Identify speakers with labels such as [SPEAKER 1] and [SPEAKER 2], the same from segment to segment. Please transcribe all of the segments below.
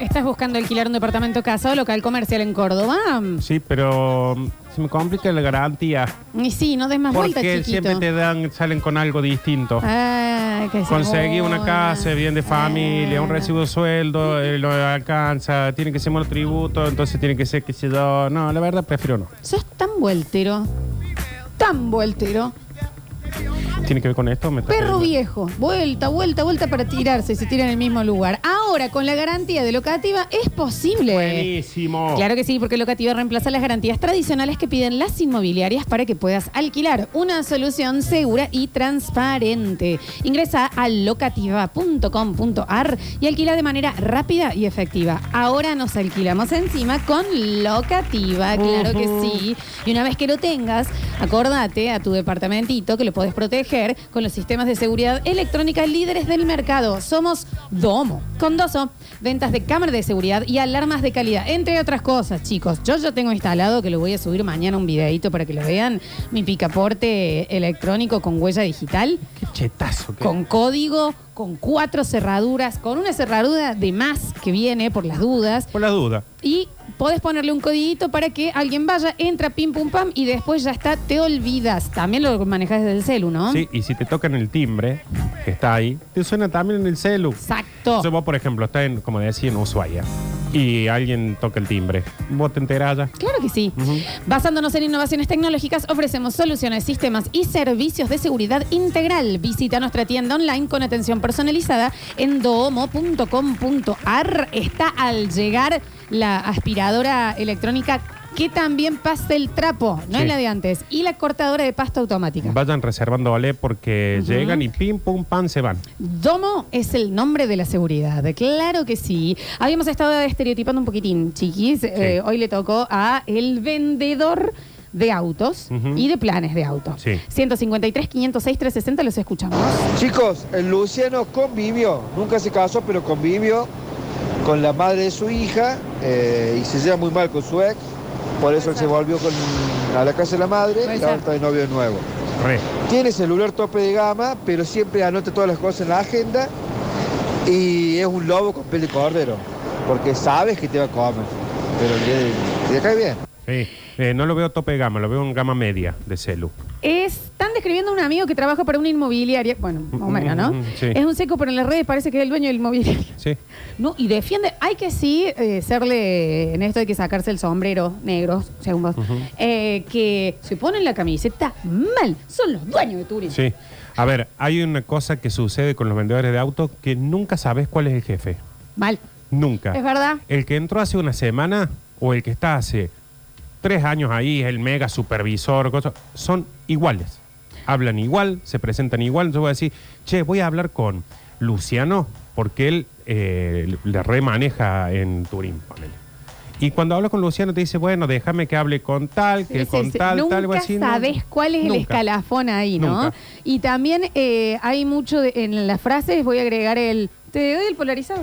[SPEAKER 1] estás buscando alquilar un departamento casa o local comercial en Córdoba,
[SPEAKER 2] Sí, pero mm, se me complica la garantía.
[SPEAKER 1] y sí, no des más vueltas,
[SPEAKER 2] Porque
[SPEAKER 1] Ah, chiquito.
[SPEAKER 2] siempre te dan, salen con algo distinto.
[SPEAKER 1] Ah, que se
[SPEAKER 2] Conseguí una
[SPEAKER 1] joda.
[SPEAKER 2] casa, bien de familia, un
[SPEAKER 1] Ah.
[SPEAKER 2] recibo de sueldo, eh, lo alcanza, tiene que ser monotributo, entonces tiene que ser que se yo. No, la verdad prefiero no.
[SPEAKER 1] Sos tan vueltero. Tan vueltero.
[SPEAKER 2] ¿Tiene que ver con esto? Me está
[SPEAKER 1] Perro
[SPEAKER 2] pidiendo.
[SPEAKER 1] viejo, vuelta, vuelta, vuelta para tirarse si tira en el mismo lugar. Ahora, con la garantía de locativa, es posible.
[SPEAKER 2] Buenísimo.
[SPEAKER 1] Claro que sí, porque Locativa reemplaza las garantías tradicionales que piden las inmobiliarias para que puedas alquilar una solución segura y transparente. Ingresa a locativa.com.ar y alquila de manera rápida y efectiva. Ahora nos alquilamos encima con Locativa, claro que sí. Y una vez que lo tengas, acordate a tu departamentito que lo podés proteger con los sistemas de seguridad electrónica líderes del mercado. Somos Domo, con Doso, ventas de cámara de seguridad y alarmas de calidad, entre otras cosas, chicos. Yo ya tengo instalado, que lo voy a subir mañana un videito para que lo vean, mi picaporte electrónico con huella digital,
[SPEAKER 2] Qué chetazo. que-
[SPEAKER 1] con código, con cuatro cerraduras, con una cerradura de más que viene por las dudas.
[SPEAKER 2] Por las dudas.
[SPEAKER 1] Y podés ponerle un codiguito para que alguien vaya, entra, pim, pum, pam, y después ya está, te olvidas. También lo manejas desde el celu, ¿no?
[SPEAKER 2] Sí, y si te tocan el timbre, que está ahí, te suena también en el celu.
[SPEAKER 1] Exacto.
[SPEAKER 2] Entonces vos, por ejemplo, estás, en, como decía, en Ushuaia y alguien toca el timbre. Vos te enterás ya.
[SPEAKER 1] Claro que sí. Basándonos en innovaciones tecnológicas, ofrecemos soluciones, sistemas y servicios de seguridad integral. Visita nuestra tienda online con atención personalizada en doomo.com.ar. Está al llegar la aspiradora electrónica que también pasa el trapo, no
[SPEAKER 2] Sí.
[SPEAKER 1] es la de antes, y la cortadora de pasta automática.
[SPEAKER 2] Vayan reservándole porque llegan y pim, pum, pan, se van.
[SPEAKER 1] Domo es el nombre de la seguridad, claro que sí. Habíamos estado estereotipando un poquitín, chiquis. Eh, hoy le tocó a el vendedor de autos
[SPEAKER 2] Ujú.
[SPEAKER 1] y de planes de autos.
[SPEAKER 2] Sí.
[SPEAKER 1] 153, 506, 360, los escuchamos.
[SPEAKER 3] Chicos, el Luciano convivió, nunca se casó, pero convivió con la madre de su hija eh, y se lleva muy mal con su ex. Por eso él se volvió con- a la casa de la madre
[SPEAKER 1] Puede
[SPEAKER 3] y ahora
[SPEAKER 1] ser.
[SPEAKER 3] está de novio de nuevo.
[SPEAKER 2] Re.
[SPEAKER 3] Tiene celular tope de gama, pero siempre anota todas las cosas en la agenda y es un lobo con piel de cordero, porque sabes que te va a comer, pero le, le cae bien.
[SPEAKER 2] Sí. Eh, no lo veo tope de gama, lo veo en gama media de celu.
[SPEAKER 1] Están describiendo a un amigo que trabaja para una inmobiliaria. Bueno, más o menos, ¿no?
[SPEAKER 2] Mm, sí.
[SPEAKER 1] Es un seco, pero en las redes parece que es el dueño del inmobiliario.
[SPEAKER 2] Sí.
[SPEAKER 1] No, y defiende, hay que sí eh, serle, en esto hay que sacarse el sombrero negro, según vos, eh, que se ponen la camiseta mal, son los dueños de Turín.
[SPEAKER 2] Sí. A ver, hay una cosa que sucede con los vendedores de autos que nunca sabes cuál es el jefe.
[SPEAKER 1] Mal,
[SPEAKER 2] Nunca.
[SPEAKER 1] es verdad.
[SPEAKER 2] El que entró hace una semana o el que está hace tres años ahí, el mega supervisor, cosas, son iguales. Hablan igual, se presentan igual. Yo voy a decir, che, voy a hablar con Luciano porque él eh, le remaneja en Turín. ponele. Y cuando hablo con Luciano te dice, bueno, déjame que hable con tal, que
[SPEAKER 1] Sí,
[SPEAKER 2] con
[SPEAKER 1] sí, sí.
[SPEAKER 2] tal,
[SPEAKER 1] Nunca
[SPEAKER 2] tal, algo así. No,
[SPEAKER 1] sabes cuál es el
[SPEAKER 2] nunca.
[SPEAKER 1] escalafón ahí, ¿no?
[SPEAKER 2] Nunca.
[SPEAKER 1] Y también eh, hay mucho de- en las frases, voy a agregar el, ¿te doy el polarizado?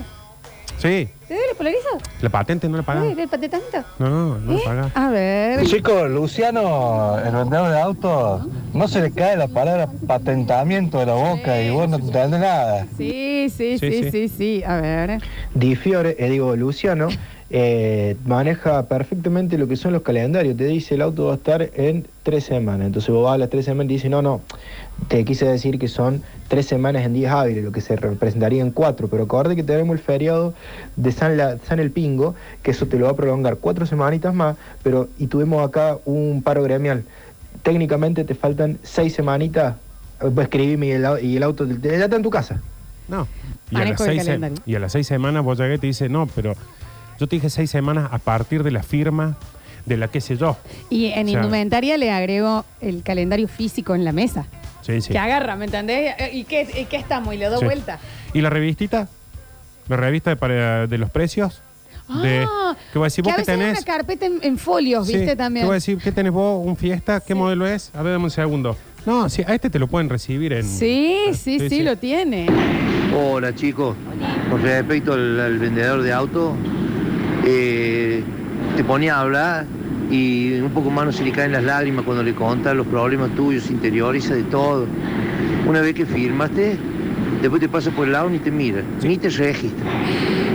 [SPEAKER 2] Sí,
[SPEAKER 1] ¿Te doy el polarizado?
[SPEAKER 2] la patente no la
[SPEAKER 1] ¿Te
[SPEAKER 2] pagan.
[SPEAKER 1] doy el patetanta?
[SPEAKER 2] No, no
[SPEAKER 1] ¿Eh?
[SPEAKER 2] la pagan.
[SPEAKER 1] A ver.
[SPEAKER 4] Chicos, Luciano, el vendedor de autos, no se le cae la palabra patentamiento de la boca y vos no entendés nada.
[SPEAKER 1] Sí, sí, sí,
[SPEAKER 2] Sí,
[SPEAKER 1] sí, sí,
[SPEAKER 2] sí.
[SPEAKER 1] a ver.
[SPEAKER 5] Di Fiore, eh, digo Luciano, eh, maneja perfectamente lo que son los calendarios. Te dice el auto va a estar en tres semanas. Entonces vos vas a las tres semanas y te dice, no, no, te quise decir que son tres semanas en días hábiles, lo que se representaría en cuatro. Pero acordate que tenemos el feriado de San, La- San El Pingo, que eso te lo va a prolongar cuatro semanitas más, pero y tuvimos acá un paro gremial. Técnicamente te faltan seis semanitas. Eh, Pues escribime y el, au- y el auto te- te- ya está en tu casa.
[SPEAKER 2] No. Y a, las
[SPEAKER 1] Manejo del
[SPEAKER 2] seis, se-
[SPEAKER 1] calendario.
[SPEAKER 2] y a las seis semanas vos llegas y te dice, no, pero yo te dije seis semanas a partir de la firma de la qué sé yo.
[SPEAKER 1] Y en
[SPEAKER 2] O sea-
[SPEAKER 1] indumentaria le agrego el calendario físico en la mesa.
[SPEAKER 2] Sí, sí.
[SPEAKER 1] Que agarra, ¿me entendés? Eh, ¿Y qué, y qué estamos? Y le doy
[SPEAKER 2] Sí.
[SPEAKER 1] vuelta.
[SPEAKER 2] ¿Y la revistita? ¿La revista de, para- de los precios? De,
[SPEAKER 1] Ah,
[SPEAKER 2] ¿Qué voy a decir
[SPEAKER 1] que
[SPEAKER 2] vos
[SPEAKER 1] a
[SPEAKER 2] que
[SPEAKER 1] veces hay
[SPEAKER 2] tenés?
[SPEAKER 1] una carpeta en, en folios,
[SPEAKER 2] Sí,
[SPEAKER 1] ¿viste?
[SPEAKER 2] ¿Qué
[SPEAKER 1] También.
[SPEAKER 2] voy a decir? ¿Qué tenés vos? ¿Un fiesta? ¿Qué modelo es? A ver, dame un segundo. No, sí, a este te lo pueden recibir en...
[SPEAKER 1] Sí,
[SPEAKER 2] ah,
[SPEAKER 1] sí, sí, lo tiene.
[SPEAKER 6] Hola chicos, con respecto al, al vendedor de auto, eh, te ponía a hablar Ah, y un poco más no se le caen las lágrimas cuando le contas los problemas tuyos interiores, de todo. Una vez que firmaste, Después te pasa por el lado ni te mira, ni te registra.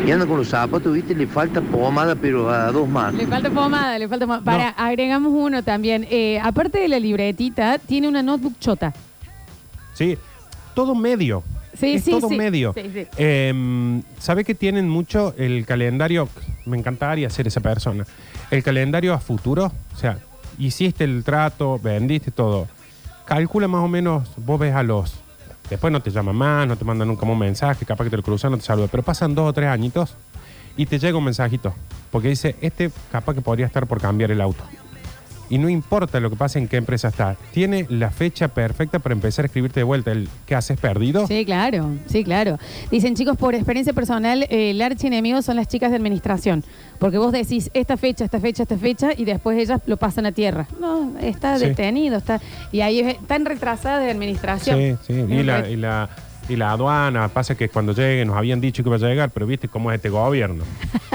[SPEAKER 6] Y anda con los zapatos, viste, le falta pomada, pero a dos más.
[SPEAKER 1] Le falta pomada, le falta pomada. Para, agregamos uno también. Eh, aparte de la libretita, tiene una notebook chota.
[SPEAKER 2] Sí, todo medio.
[SPEAKER 1] Sí,
[SPEAKER 2] Es
[SPEAKER 1] sí,
[SPEAKER 2] todo
[SPEAKER 1] sí.
[SPEAKER 2] medio.
[SPEAKER 1] Sí, sí.
[SPEAKER 2] Eh, ¿Sabe que tienen mucho el calendario? Me encantaría ser esa persona. El calendario a futuro, o sea, hiciste el trato, vendiste todo. Calcula más o menos, vos ves a los. Después no te llaman más, no te mandan nunca más un mensaje, capaz que te lo cruzan, no te saludan. Pero pasan dos o tres añitos y te llega un mensajito. Porque dice, este capaz que podría estar por cambiar el auto. Y no importa lo que pase en qué empresa está, tiene la fecha perfecta para empezar a escribirte de vuelta el que haces perdido.
[SPEAKER 1] Sí, claro, sí, claro. Dicen, chicos, por experiencia personal, eh, el archienemigo son las chicas de administración. Porque vos decís esta fecha, esta fecha, esta fecha, y después ellas lo pasan a tierra. No, está
[SPEAKER 2] Sí.
[SPEAKER 1] detenido, está. Y ahí es- están retrasadas de administración.
[SPEAKER 2] Sí, sí. Y
[SPEAKER 1] Es
[SPEAKER 2] la,
[SPEAKER 1] re-
[SPEAKER 2] y, la, y la aduana, pasa que cuando llegue nos habían dicho que iba a llegar, pero viste cómo es este gobierno.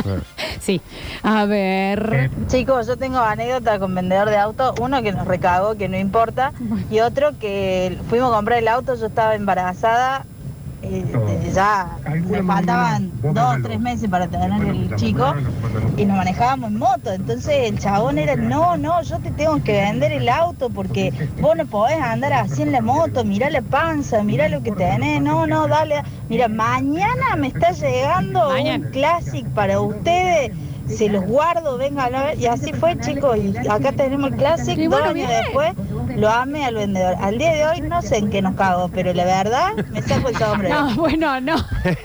[SPEAKER 2] Eh,
[SPEAKER 1] sí. A ver.
[SPEAKER 7] Chicos, yo tengo anécdota con vendedor de auto, uno que nos recagó, que no importa, y otro que fuimos a comprar el auto, yo estaba embarazada, eh, eh, ya me faltaban dos, tres meses para tener el chico, y nos manejábamos en moto, entonces el chabón era, no, no, yo te tengo que vender el auto porque vos no podés andar así en la moto, mirá la panza, mirá lo que tenés, no, no, dale, mira, mañana me está llegando
[SPEAKER 1] Mañana.
[SPEAKER 7] un Classic para ustedes. Se los guardo, vengan a ver. Y así fue, chicos. Y acá tenemos el Classic.
[SPEAKER 1] Y bueno,
[SPEAKER 7] dos años
[SPEAKER 1] bien.
[SPEAKER 7] después lo amé al vendedor. Al día de hoy no sé en qué nos cago, pero la verdad me saco el sombrero.
[SPEAKER 1] No, bueno, no.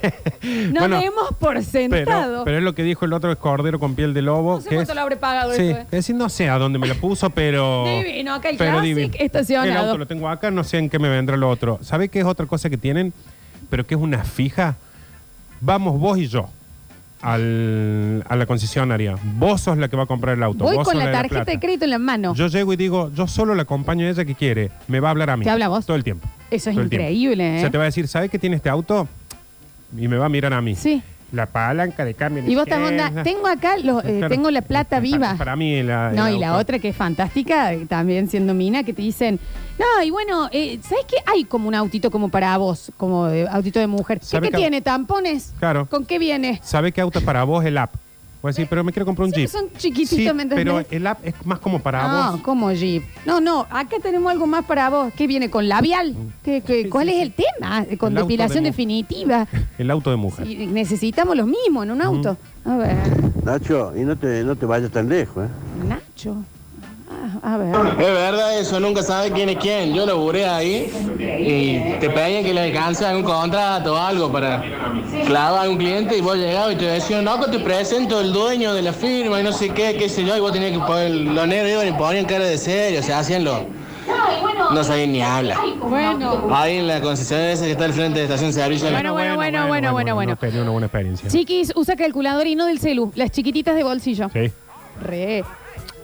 [SPEAKER 1] No
[SPEAKER 2] Bueno,
[SPEAKER 1] demos por
[SPEAKER 2] pero,
[SPEAKER 1] sentado.
[SPEAKER 2] pero es lo que dijo el otro es cordero con piel de lobo.
[SPEAKER 1] no sé
[SPEAKER 2] que
[SPEAKER 1] cuánto
[SPEAKER 2] es-
[SPEAKER 1] lo habré pagado
[SPEAKER 2] Sí,
[SPEAKER 1] eso. ¿eh?
[SPEAKER 2] es decir, no sé a dónde me la puso, pero.
[SPEAKER 1] Divino, acá el
[SPEAKER 2] pero
[SPEAKER 1] Classic estacionado.
[SPEAKER 2] El auto lo tengo acá, no sé en qué me vendrá lo otro. ¿Sabe qué es otra cosa que tienen? Pero que es una fija. Vamos vos y yo al- a la concesionaria. Vos sos la que va a comprar el auto.
[SPEAKER 1] Voy
[SPEAKER 2] vos
[SPEAKER 1] con
[SPEAKER 2] sos
[SPEAKER 1] la
[SPEAKER 2] de
[SPEAKER 1] tarjeta de
[SPEAKER 2] plata.
[SPEAKER 1] crédito en la mano.
[SPEAKER 2] Yo llego y digo, yo solo la acompaño a ella que quiere. Me va a hablar a mí.
[SPEAKER 1] ¿Te habla vos?
[SPEAKER 2] Todo el tiempo.
[SPEAKER 1] Eso es
[SPEAKER 2] Todo el tiempo.
[SPEAKER 1] increíble,
[SPEAKER 2] O sea,
[SPEAKER 1] ¿eh?
[SPEAKER 2] te va a decir, ¿sabes qué tiene este auto? Y me va a mirar a mí.
[SPEAKER 1] Sí.
[SPEAKER 2] La palanca de cambio.
[SPEAKER 1] Y vos estás onda, tengo acá, los, eh, tengo la plata viva.
[SPEAKER 2] Para, mí la...
[SPEAKER 1] No,
[SPEAKER 2] el
[SPEAKER 1] y la
[SPEAKER 2] auto.
[SPEAKER 1] otra que es fantástica, eh, también siendo mina, que te dicen, no, y bueno, eh, ¿sabes qué? Hay como un autito como para vos, como de, autito de mujer. ¿Qué,
[SPEAKER 2] ¿Sabe
[SPEAKER 1] qué
[SPEAKER 2] que-
[SPEAKER 1] tiene? ¿Tampones?
[SPEAKER 2] Claro.
[SPEAKER 1] ¿Con qué viene?
[SPEAKER 2] ¿Sabe qué auto es para vos el app? Voy a decir, pero me quiero comprar un
[SPEAKER 1] Eh. Sí,
[SPEAKER 2] Jeep.
[SPEAKER 1] son chiquititos,
[SPEAKER 2] Sí,
[SPEAKER 1] ¿me Ah. entendés?
[SPEAKER 2] pero el app es más como para
[SPEAKER 1] No,
[SPEAKER 2] vos.
[SPEAKER 1] como Jeep. No, no, acá tenemos algo más para vos. ¿Qué viene con labial? ¿Qué, qué-
[SPEAKER 2] Sí,
[SPEAKER 1] cuál
[SPEAKER 2] sí,
[SPEAKER 1] es
[SPEAKER 2] sí.
[SPEAKER 1] el tema? Eh, Con
[SPEAKER 2] El auto de
[SPEAKER 1] depilación
[SPEAKER 2] mu-
[SPEAKER 1] definitiva.
[SPEAKER 2] El auto de mujer.
[SPEAKER 1] Y necesitamos los mismos en un auto. A ver,
[SPEAKER 8] Nacho, y no te, no te vayas tan lejos, ¿eh?
[SPEAKER 1] Nacho. Ah, a ver.
[SPEAKER 9] Es verdad eso, nunca sabes quién es quién. Yo laburé ahí y te pedían que le alcance algún contrato o algo para clavar a algún cliente y vos llegabas y te decían, no, que te presento el dueño de la firma y no sé qué, qué sé yo, y vos tenías que poner, los negros iban y ponían cara de serio, o sea, hacían lo... No sabían ni habla.
[SPEAKER 1] Bueno.
[SPEAKER 9] Ahí en la concesión esa que está al frente de la estación de servicio.
[SPEAKER 1] Bueno, bueno, bueno, bueno, bueno, bueno.
[SPEAKER 2] No, tenía una buena experiencia.
[SPEAKER 1] Chiquis, usa calculador y no del celu. Las chiquititas de bolsillo.
[SPEAKER 2] Sí.
[SPEAKER 1] Re.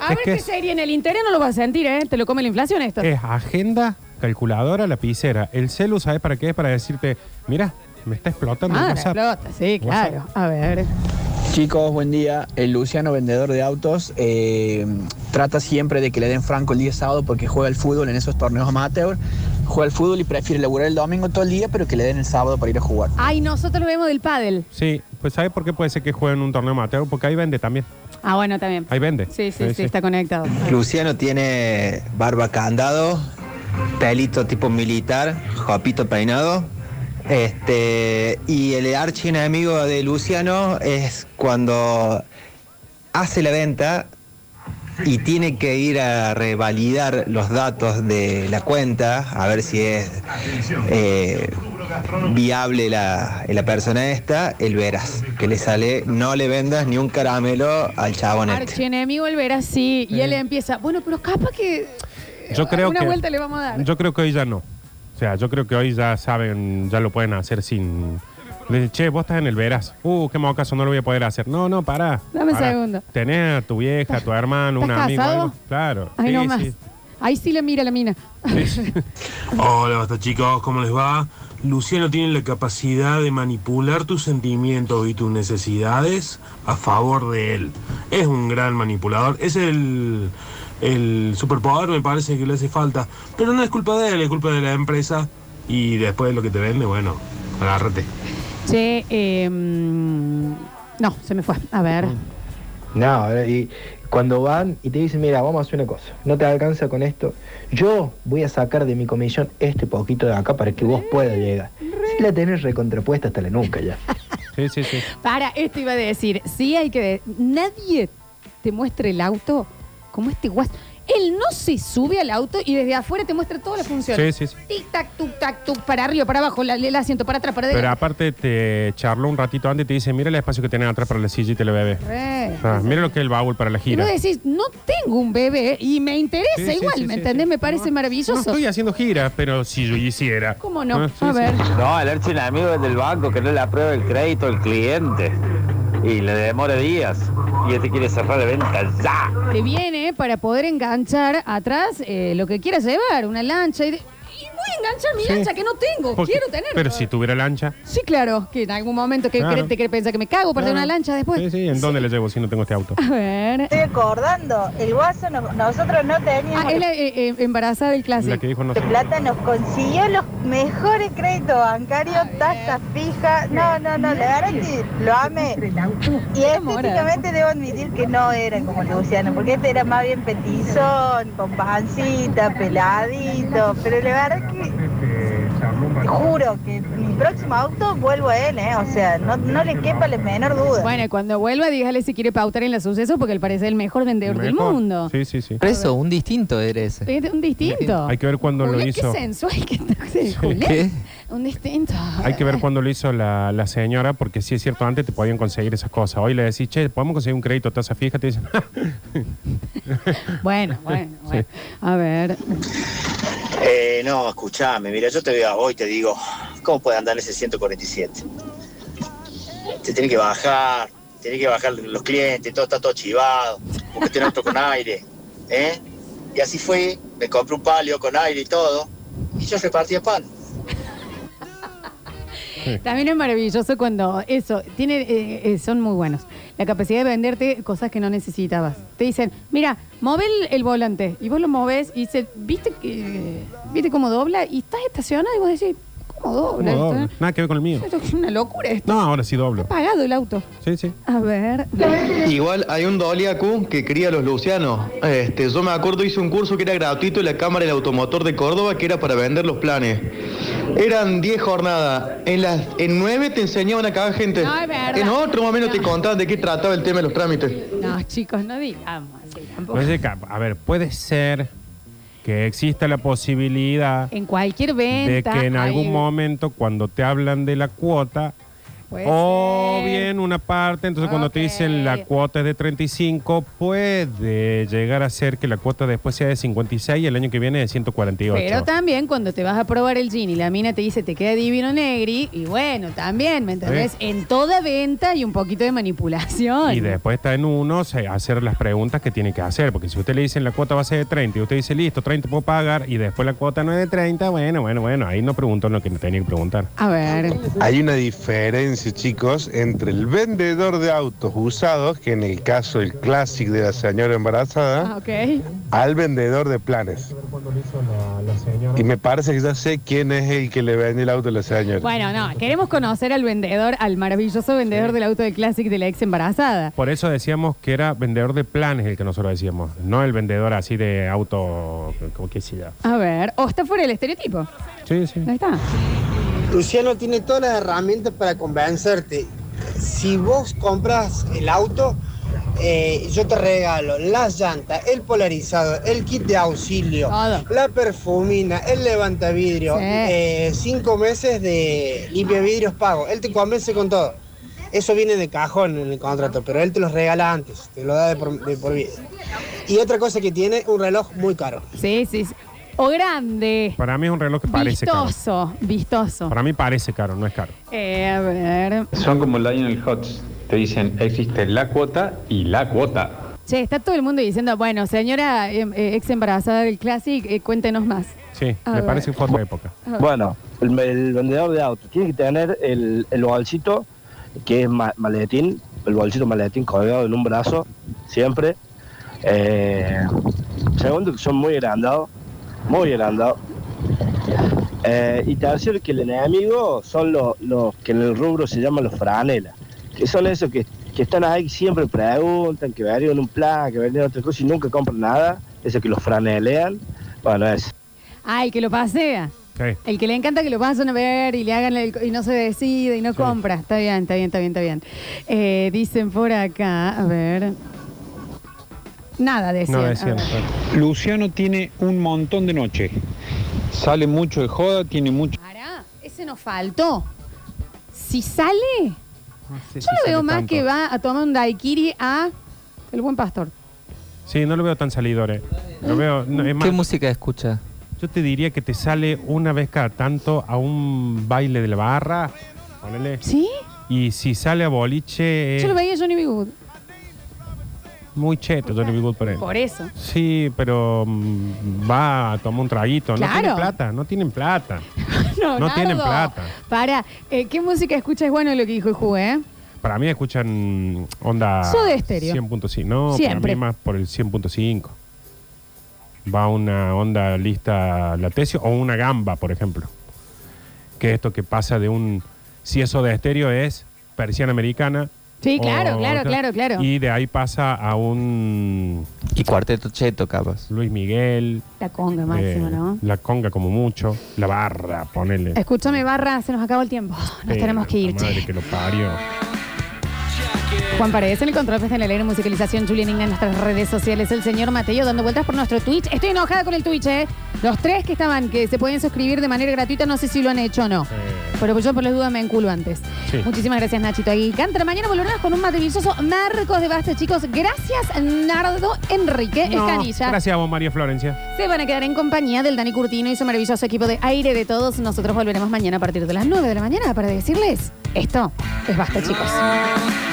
[SPEAKER 1] A
[SPEAKER 2] Es
[SPEAKER 1] ver
[SPEAKER 2] que
[SPEAKER 1] qué
[SPEAKER 2] es-
[SPEAKER 1] serie en el interior no lo vas a sentir, ¿eh? Te lo come la inflación esto.
[SPEAKER 2] Es agenda, calculadora, lapicera. El celu, ¿sabes para qué? Es para decirte, mira, me está explotando el
[SPEAKER 1] ah, la
[SPEAKER 2] WhatsApp.
[SPEAKER 1] explota, sí,
[SPEAKER 2] WhatsApp.
[SPEAKER 1] claro. A ver.
[SPEAKER 10] Chicos, buen día. El Luciano, vendedor de autos, eh, trata siempre de que le den franco el día sábado porque juega el fútbol en esos torneos amateur. Juega el fútbol y prefiere laburar el domingo todo el día, pero que le den el sábado para ir a jugar.
[SPEAKER 1] Ay, nosotros lo vemos del pádel.
[SPEAKER 2] Sí, pues ¿sabes por qué puede ser que jueguen un torneo amateur? Porque ahí vende también.
[SPEAKER 1] Ah, bueno, también.
[SPEAKER 2] Ahí vende.
[SPEAKER 1] Sí, sí,
[SPEAKER 2] Ahí
[SPEAKER 1] sí, está conectado.
[SPEAKER 10] Luciano tiene barba candado, pelito tipo militar, jopito peinado. Este, y el archi enemigo de Luciano es cuando hace la venta y tiene que ir a revalidar los datos de la cuenta, a ver si es eh, viable la, la persona esta, el verás, que le sale, no le vendas ni un caramelo al chabón este.
[SPEAKER 1] Archienemigo el ver así. Y él empieza, bueno, pero capaz que.
[SPEAKER 2] Yo creo
[SPEAKER 1] Una
[SPEAKER 2] que-
[SPEAKER 1] Eh, vuelta le vamos a dar.
[SPEAKER 2] Yo creo que hoy ya no. O sea, yo creo que hoy ya saben, ya lo pueden hacer sin. Le dicen, che, vos estás en el veras. Uh, qué mocaso, no lo voy a poder hacer. No, no, pará.
[SPEAKER 1] Dame un
[SPEAKER 2] pará.
[SPEAKER 1] segundo.
[SPEAKER 2] Tenés a tu vieja, a tu hermano, un
[SPEAKER 1] ¿Estás
[SPEAKER 2] amigo.
[SPEAKER 1] casado?
[SPEAKER 2] algo. Claro.
[SPEAKER 1] Ahí
[SPEAKER 2] Sí,
[SPEAKER 1] nomás.
[SPEAKER 2] sí.
[SPEAKER 1] Ahí sí le mira la mina.
[SPEAKER 11] Hola, basta chicos, ¿cómo les va? Luciano tiene la capacidad de manipular tus sentimientos y tus necesidades a favor de él. Es un gran manipulador. Es el, el superpoder, me parece que le hace falta. Pero no es culpa de él, es culpa de la empresa. Y después lo que te vende, bueno, Agárrate.
[SPEAKER 1] Che, eh, mm, no, se me fue. A ver.
[SPEAKER 5] No, y cuando van y te dicen, mira, vamos a hacer una cosa, no te alcanza con esto, yo voy a sacar de mi comisión este poquito de acá para que vos puedas llegar. Si la tenés recontrapuesta hasta la nuca ya.
[SPEAKER 2] Sí, sí, sí.
[SPEAKER 1] Para, esto iba a decir. Sí, hay que. de- Nadie te muestra el auto como este guas. Él no se sube al auto y desde afuera te muestra todas las funciones.
[SPEAKER 2] Sí, sí, sí.
[SPEAKER 1] Tic, tac, tuc, tac, tuc, para arriba, para abajo, la- el asiento, para atrás, para
[SPEAKER 2] Pero
[SPEAKER 1] adelante.
[SPEAKER 2] aparte te charló un ratito antes y te dice, mira el espacio que tenés atrás para la silla y te la bebé.
[SPEAKER 1] Re.
[SPEAKER 2] Ah, mira lo que es el baúl para la
[SPEAKER 1] Y
[SPEAKER 2] gira.
[SPEAKER 1] vos decís, no tengo un bebé y me interesa
[SPEAKER 2] Sí, sí,
[SPEAKER 1] igual,
[SPEAKER 2] sí,
[SPEAKER 1] ¿me
[SPEAKER 2] sí,
[SPEAKER 1] entendés?
[SPEAKER 2] sí.
[SPEAKER 1] Me parece
[SPEAKER 2] No
[SPEAKER 1] maravilloso.
[SPEAKER 2] estoy haciendo giras, pero si yo hiciera.
[SPEAKER 1] ¿Cómo no?
[SPEAKER 2] Ah, sí,
[SPEAKER 1] a ver.
[SPEAKER 12] No, el archienemigo es del banco que no le aprueba el crédito al cliente y le demora días. Y este quiere cerrar la venta ya.
[SPEAKER 1] Te viene para poder enganchar atrás eh, lo que quieras llevar, una lancha. Y, de- y voy a enganchar mi
[SPEAKER 2] Sí.
[SPEAKER 1] lancha que no tengo,
[SPEAKER 2] Porque-
[SPEAKER 1] quiero tener.
[SPEAKER 2] Pero si tuviera lancha.
[SPEAKER 1] Sí, claro, que en algún momento que
[SPEAKER 2] Claro.
[SPEAKER 1] cre- te que pensar que me cago para tener
[SPEAKER 2] Claro.
[SPEAKER 1] una lancha después. Ah,
[SPEAKER 2] Sí, sí, ¿en dónde le llevo si no tengo este auto?
[SPEAKER 1] A ver.
[SPEAKER 7] Estoy acordando, el guaso, no- nosotros no teníamos...
[SPEAKER 1] Ah, es la eh, eh, embarazada del clásico.
[SPEAKER 2] La que dijo no
[SPEAKER 7] de
[SPEAKER 2] sé.
[SPEAKER 7] Este plata nos consiguió los mejores créditos bancarios, tasa fija. No, no, no, la verdad que lo amé. Y estéticamente debo admitir que no era como el de Luciano, porque este era más bien petizón, con pancita, peladito. Pero la verdad que te juro que mi próximo auto vuelvo a él, ¿eh? O sea, no, no le quepa la menor duda.
[SPEAKER 1] Bueno, y cuando vuelva, dígale si quiere pautar en la suceso, porque él parece el mejor vendedor del
[SPEAKER 2] Mejor.
[SPEAKER 1] mundo.
[SPEAKER 2] Sí, sí, sí.
[SPEAKER 13] Por eso, un distinto era ese.
[SPEAKER 1] Es un distinto.
[SPEAKER 2] Hay que ver cuándo lo
[SPEAKER 1] Julián,
[SPEAKER 2] hizo.
[SPEAKER 1] Qué sensual que está Julián.
[SPEAKER 2] ¿Qué?
[SPEAKER 1] Un distinto.
[SPEAKER 2] Hay que ver cuándo lo hizo la, la señora, porque sí es cierto, antes te podían conseguir esas cosas. Hoy le decís, che, ¿podemos conseguir un crédito a tasa fija? Te dicen,
[SPEAKER 1] Bueno, bueno, bueno. A ver.
[SPEAKER 14] Eh, no, escuchame, mira, yo te veo a vos y te digo, ¿cómo puede andar ese 147? Te tiene que bajar, tiene que bajar los clientes, todo está todo chivado, porque tiene auto con aire, ¿eh? Y así fui, me compré un palio con aire y todo, y yo repartía pan.
[SPEAKER 1] También es maravilloso cuando eso, tiene, eh, eh, son muy buenos. La capacidad de venderte cosas que no necesitabas. Te dicen, mira, move el, el volante. Y vos lo moves y dices, ¿viste, que, ¿viste cómo dobla? Y estás estacionado y vos decís, ¿cómo dobla?
[SPEAKER 2] "No,
[SPEAKER 1] esto,
[SPEAKER 2] doble".
[SPEAKER 1] eh?
[SPEAKER 2] Nada que ver con el mío.
[SPEAKER 1] Esto es una locura esto.
[SPEAKER 2] No, ahora sí doblo.
[SPEAKER 1] Está pagado el auto.
[SPEAKER 2] Sí, sí.
[SPEAKER 1] A ver.
[SPEAKER 13] Igual hay un Doliacu que cría a los lucianos. Este, yo me acuerdo hice un curso que era gratuito en la Cámara del Automotor de Córdoba que era para vender los planes. Eran 10 jornadas. En las en 9 te enseñaban a cagar gente.
[SPEAKER 1] No, es verdad.
[SPEAKER 13] en otro más o menos te contaban de qué trataba el tema de los trámites.
[SPEAKER 1] No, chicos, no digamos. así tampoco.
[SPEAKER 2] No sé, cap- a ver, puede ser que exista la posibilidad
[SPEAKER 1] En cualquier
[SPEAKER 2] de
[SPEAKER 1] venta.
[SPEAKER 2] que en
[SPEAKER 1] hay-
[SPEAKER 2] algún momento, cuando te hablan de la cuota,
[SPEAKER 1] Puede
[SPEAKER 2] Pues o
[SPEAKER 1] ser.
[SPEAKER 2] Oh, bien una parte, entonces cuando te dicen la cuota es de 35, puede llegar a ser que la cuota después sea de 56 y el año que viene de 148.
[SPEAKER 1] Pero también cuando te vas a probar el jean y la mina te dice te queda divino negri, y bueno, también, ¿me entendés?
[SPEAKER 2] Sí.
[SPEAKER 1] En toda venta hay un poquito de manipulación.
[SPEAKER 2] Y después está en uno se- hacer las preguntas que tiene que hacer. Porque si usted le dicen la cuota va a ser de 30 y usted dice listo, 30 puedo pagar y después la cuota no es de 30, bueno, bueno, bueno, ahí no preguntó lo que no tenía que preguntar.
[SPEAKER 1] A ver.
[SPEAKER 15] Hay una diferencia, chicos, entre el vendedor de autos usados, que en el caso el clásico de la señora embarazada,
[SPEAKER 1] Ah, ok.
[SPEAKER 15] al vendedor de planes. Y me parece que ya sé quién es el que le vende el auto a la señora.
[SPEAKER 1] Bueno, no, queremos conocer al vendedor, al maravilloso vendedor del auto de Classic de la ex embarazada.
[SPEAKER 2] Por eso decíamos que era vendedor de planes el que nosotros decíamos, no el vendedor así de auto, como que sea.
[SPEAKER 1] A ver, o está fuera del estereotipo.
[SPEAKER 2] Sí, sí.
[SPEAKER 1] Ahí está.
[SPEAKER 16] Luciano tiene todas las herramientas para convencerte. Si vos compras el auto, eh, yo te regalo las llantas, el polarizado, el kit de auxilio, la perfumina, el levantavidrio,
[SPEAKER 1] Sí.
[SPEAKER 16] eh, cinco meses de limpia vidrios pago. Él te convence con todo. Eso viene de cajón en el contrato, pero él te los regala antes, te lo da de por, de por vida. Y otra cosa que tiene, un reloj muy caro.
[SPEAKER 1] Sí, sí. sí. O grande.
[SPEAKER 2] Para mí es un reloj que parece caro.
[SPEAKER 1] Vistoso, vistoso.
[SPEAKER 2] Para mí parece caro, no es caro.
[SPEAKER 1] Eh, a ver.
[SPEAKER 17] Son como Lionel Hutz. Te dicen, existe la cuota y la cuota.
[SPEAKER 1] Che, está todo el mundo diciendo, bueno, señora eh, eh, ex embarazada del Classic, eh, cuéntenos más.
[SPEAKER 2] Sí,
[SPEAKER 1] A
[SPEAKER 2] me
[SPEAKER 1] ver.
[SPEAKER 2] parece que fue otra época.
[SPEAKER 18] Bueno, el, el vendedor de autos tiene que tener el, el bolsito, que es ma- maletín, el bolsito maletín colgado en un brazo, siempre. Eh, segundo, que son muy agrandados, muy agrandados. Eh, y tercero, que el enemigo son los, los que en el rubro se llaman los franelas, que son esos que, que están ahí siempre preguntan, que vendieron un plan, que vendieron otra cosa y nunca compran nada, esos que los franelean. Bueno, es.
[SPEAKER 1] Ah, el que lo pasea. El que le encanta que lo pasen a ver y le hagan el- y no se decide y no compra. Está bien, está bien, está bien, está bien. Eh, dicen por acá, a ver. Nada de
[SPEAKER 2] No, decían.
[SPEAKER 19] Luciano tiene un montón de noche. Sale mucho de joda, tiene mucho.
[SPEAKER 1] Ese nos faltó. Si sale, yo
[SPEAKER 2] Sí, Ah, sí,
[SPEAKER 1] lo
[SPEAKER 2] sale
[SPEAKER 1] veo más
[SPEAKER 2] tanto.
[SPEAKER 1] que va a tomar un daiquiri a el buen pastor.
[SPEAKER 2] Sí, no lo veo tan salidor. eh. Lo veo, ¿Qué música escucha? Yo te diría que te sale una vez cada tanto a un baile de la barra. Ponele.
[SPEAKER 1] ¿Sí?
[SPEAKER 2] Y si sale a boliche, es
[SPEAKER 1] Yo lo veía a Johnny B. Good.
[SPEAKER 2] muy cheto Johnny B. Good por él.
[SPEAKER 1] Por eso.
[SPEAKER 2] Sí, pero mm, va a tomar un traguito. No
[SPEAKER 1] Claro.
[SPEAKER 2] tienen plata, no tienen plata.
[SPEAKER 1] No,
[SPEAKER 2] No tienen
[SPEAKER 1] Nardo.
[SPEAKER 2] plata.
[SPEAKER 1] Para, eh, ¿qué música escuchas? Bueno, lo que dijo el jugué, ¿eh?
[SPEAKER 2] Para mí escuchan onda...
[SPEAKER 1] Soda Estéreo.
[SPEAKER 2] 100.5. No, para
[SPEAKER 1] Siempre.
[SPEAKER 2] mí más por el 100.5. Va una onda lista Latecio o una gamba, por ejemplo. Que esto que pasa de un... Si eso de estéreo es persiana americana.
[SPEAKER 1] Sí,
[SPEAKER 2] o-
[SPEAKER 1] claro, claro, claro, claro.
[SPEAKER 2] Y de ahí pasa a un... Y cuarteto cheto, capaz. Luis Miguel.
[SPEAKER 1] La conga máxima,
[SPEAKER 2] eh,
[SPEAKER 1] ¿no?
[SPEAKER 2] La conga como mucho. La barra, ponele.
[SPEAKER 1] Escúchame, barra, se nos acabó el tiempo. Nos
[SPEAKER 2] Eh,
[SPEAKER 1] tenemos que ir.
[SPEAKER 2] la Madre que lo parió.
[SPEAKER 1] Juan Paredes en el control está en el aire, musicalización, Julián Igna en nuestras redes sociales, el señor Mateo dando vueltas por nuestro Twitch. Estoy enojada con el Twitch, ¿eh? Los tres que estaban, que se pueden suscribir de manera gratuita, no sé si lo han hecho o no. Pero pues yo por las dudas me enculo antes.
[SPEAKER 20] Sí.
[SPEAKER 1] Muchísimas gracias, Nachito. Ahí canta. Mañana volveremos con un mate delicioso. Marcos de Basta, chicos. Gracias, Nardo Enrique
[SPEAKER 2] No,
[SPEAKER 1] Escanilla.
[SPEAKER 2] gracias a vos, María Florencia.
[SPEAKER 1] Se van a quedar en compañía del Dani Curtino y su maravilloso equipo de aire de todos. Nosotros volveremos mañana a partir de las 9 de la mañana para decirles esto es basta, chicos.